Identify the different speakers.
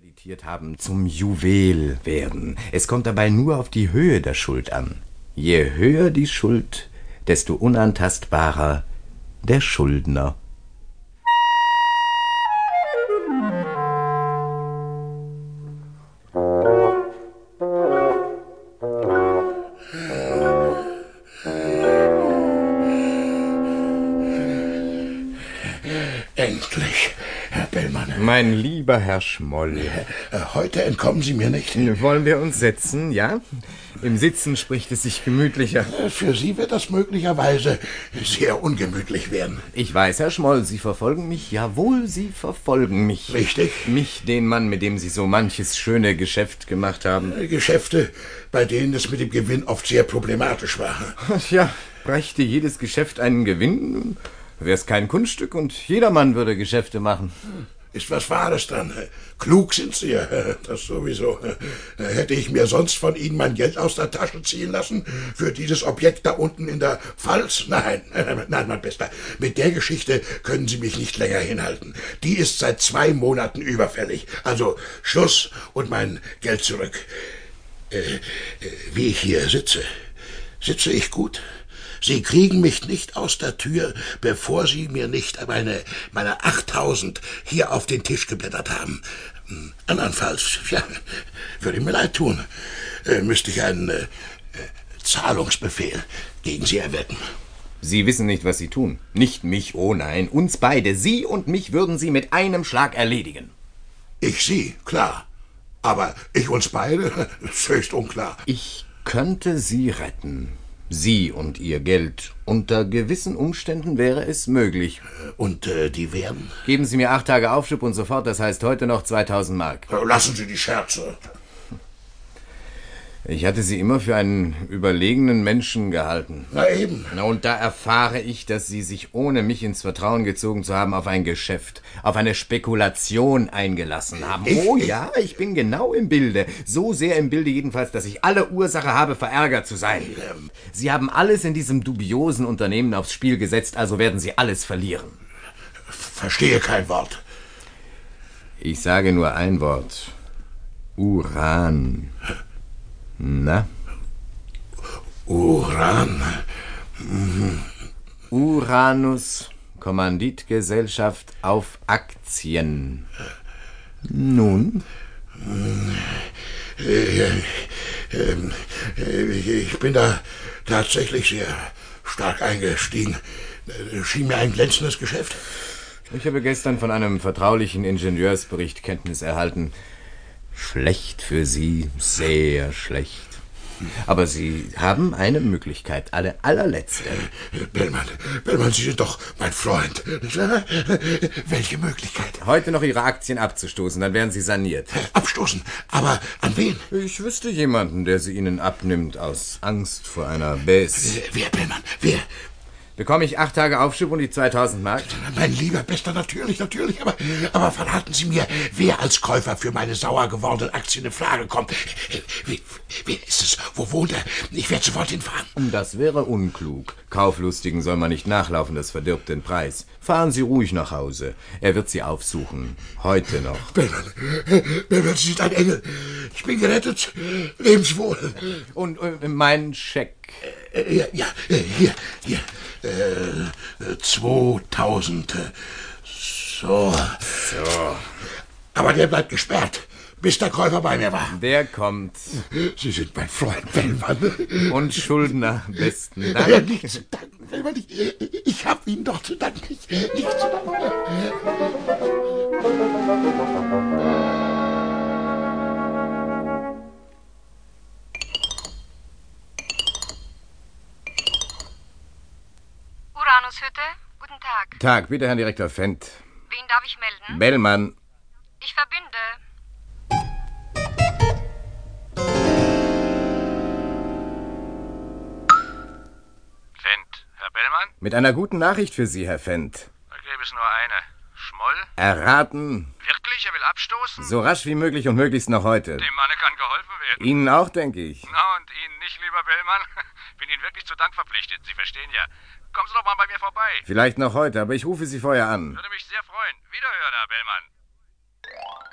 Speaker 1: diskutiert haben, zum Juwel werden. Es kommt dabei nur auf die Höhe der Schuld an. Je höher die Schuld, desto unantastbarer der Schuldner.
Speaker 2: Endlich, Herr Bellmann.
Speaker 1: Mein lieber Herr Schmoll,
Speaker 2: Äh, Heute entkommen Sie mir nicht.
Speaker 1: wollen wir uns setzen, ja? Im Sitzen spricht es sich gemütlicher.
Speaker 2: Äh, Für Sie wird das möglicherweise sehr ungemütlich werden.
Speaker 1: Ich weiß, Herr Schmoll, Sie verfolgen mich. Jawohl, Sie verfolgen mich.
Speaker 2: Richtig?
Speaker 1: Mich, den Mann, mit dem Sie so manches schöne Geschäft gemacht haben.
Speaker 2: Äh, Geschäfte, bei denen es mit dem Gewinn oft sehr problematisch war.
Speaker 1: Tja, brächte jedes Geschäft einen Gewinn, wär's kein Kunststück und jedermann würde Geschäfte machen.
Speaker 2: Ist was Wahres dran. Klug sind Sie, äh, das sowieso. Äh, Hätte ich mir sonst von Ihnen mein Geld aus der Tasche ziehen lassen? Für dieses Objekt da unten in der Pfalz? Nein, äh, nein, mein Bester. Mit der Geschichte können Sie mich nicht länger hinhalten. Die ist seit zwei Monaten überfällig. Also Schluss und mein Geld zurück. Äh, äh, Wie ich hier sitze, sitze ich gut? Sie kriegen mich nicht aus der Tür, bevor Sie mir nicht meine, meine 8000 hier auf den Tisch geblättert haben. Hm, Andernfalls, ja, würde mir leid tun, äh, müsste ich einen äh, äh, Zahlungsbefehl gegen Sie erwecken.
Speaker 1: Sie wissen nicht, was Sie tun. Nicht mich, oh nein, uns beide. Sie und mich würden Sie mit einem Schlag erledigen.
Speaker 2: Ich Sie, klar. Aber ich uns beide, ist höchst unklar.
Speaker 1: Ich könnte Sie retten. Sie und Ihr Geld. Unter gewissen Umständen wäre es möglich.
Speaker 2: Und äh, die werden?
Speaker 1: Geben Sie mir acht Tage Aufschub und sofort, das heißt heute noch 2000 Mark.
Speaker 2: Lassen Sie die Scherze.
Speaker 1: Ich hatte Sie immer für einen überlegenen Menschen gehalten.
Speaker 2: Na eben.
Speaker 1: Na, und da erfahre ich, dass Sie sich ohne mich ins Vertrauen gezogen zu haben auf ein Geschäft, auf eine Spekulation eingelassen haben.
Speaker 2: Ich-
Speaker 1: oh
Speaker 2: ich-
Speaker 1: ja, ich bin genau im Bilde. So sehr im Bilde jedenfalls, dass ich alle Ursache habe, verärgert zu sein. Sie haben alles in diesem dubiosen Unternehmen aufs Spiel gesetzt, also werden Sie alles verlieren.
Speaker 2: Verstehe kein Wort.
Speaker 1: Ich sage nur ein Wort. Uran. Na?
Speaker 2: Uran.
Speaker 1: Uranus Kommanditgesellschaft auf Aktien. Nun?
Speaker 2: Äh, Ähm, äh, ich bin da tatsächlich sehr stark eingestiegen. Äh, Schien mir ein glänzendes Geschäft.
Speaker 1: Ich habe gestern von einem vertraulichen Ingenieursbericht Kenntnis erhalten. Schlecht für Sie, sehr schlecht. Aber Sie haben eine Möglichkeit, alle allerletzte.
Speaker 2: Äh, Bellmann, Bellmann, Sie sind doch mein Freund. nicht wahr? Welche Möglichkeit?
Speaker 1: Heute noch Ihre Aktien abzustoßen, dann werden Sie saniert.
Speaker 2: Abstoßen. Aber an wen?
Speaker 1: Ich wüsste jemanden, der sie Ihnen abnimmt aus Angst vor einer Base.
Speaker 2: Äh, Wer, Bellmann? Wer?
Speaker 1: Bekomme ich acht Tage Aufschub und die 2000 Mark?
Speaker 2: Mein lieber Bester, natürlich, natürlich. Aber, aber verraten Sie mir, wer als Käufer für meine sauer gewordenen Aktien in Frage kommt. Äh, Wer, wer ist es? Wo wohnt er? Ich werde sofort hinfahren.
Speaker 1: Hm, Das wäre unklug. Kauflustigen soll man nicht nachlaufen, das verdirbt den Preis. Fahren Sie ruhig nach Hause. Er wird Sie aufsuchen. Heute noch.
Speaker 2: Bernhard, Bernhard, Sie sind ein Engel. Ich bin gerettet. Lebenswohl.
Speaker 1: Und äh, mein Scheck.
Speaker 2: Äh, ja, ja, äh, hier, hier. Äh, äh, 2000. äh, So. So. Aber der bleibt gesperrt, bis der Käufer bei mir war.
Speaker 1: Der kommt.
Speaker 2: Sie sind mein Freund, Bellmann.
Speaker 1: Und Schuldner. Besten
Speaker 2: Ja,
Speaker 1: Dank.
Speaker 2: nicht zu danken, Bellmann. Ich, ich habe Ihnen doch zu danken. Nicht, nicht zu danken.
Speaker 3: Uranushütte, guten Tag.
Speaker 1: Tag, bitte, Herr Direktor Fendt.
Speaker 3: Wen darf ich melden?
Speaker 1: Bellmann.
Speaker 3: Ich verbinde.
Speaker 4: Fendt, Herr Bellmann?
Speaker 1: Mit einer guten Nachricht für Sie, Herr Fendt.
Speaker 4: Da gäbe es nur eine. Schmoll?
Speaker 1: Erraten.
Speaker 4: Wirklich? Er will abstoßen?
Speaker 1: So rasch wie möglich und möglichst noch heute.
Speaker 4: Dem Manne kann geholfen werden.
Speaker 1: Ihnen auch, denke ich.
Speaker 4: Na, und Ihnen nicht, lieber Bellmann? Bin Ihnen wirklich zu Dank verpflichtet. Sie verstehen ja. Kommen Sie doch mal bei mir vorbei.
Speaker 1: Vielleicht noch heute, aber ich rufe Sie vorher an.
Speaker 4: Würde mich sehr freuen. Wiederhören, Herr Bellmann.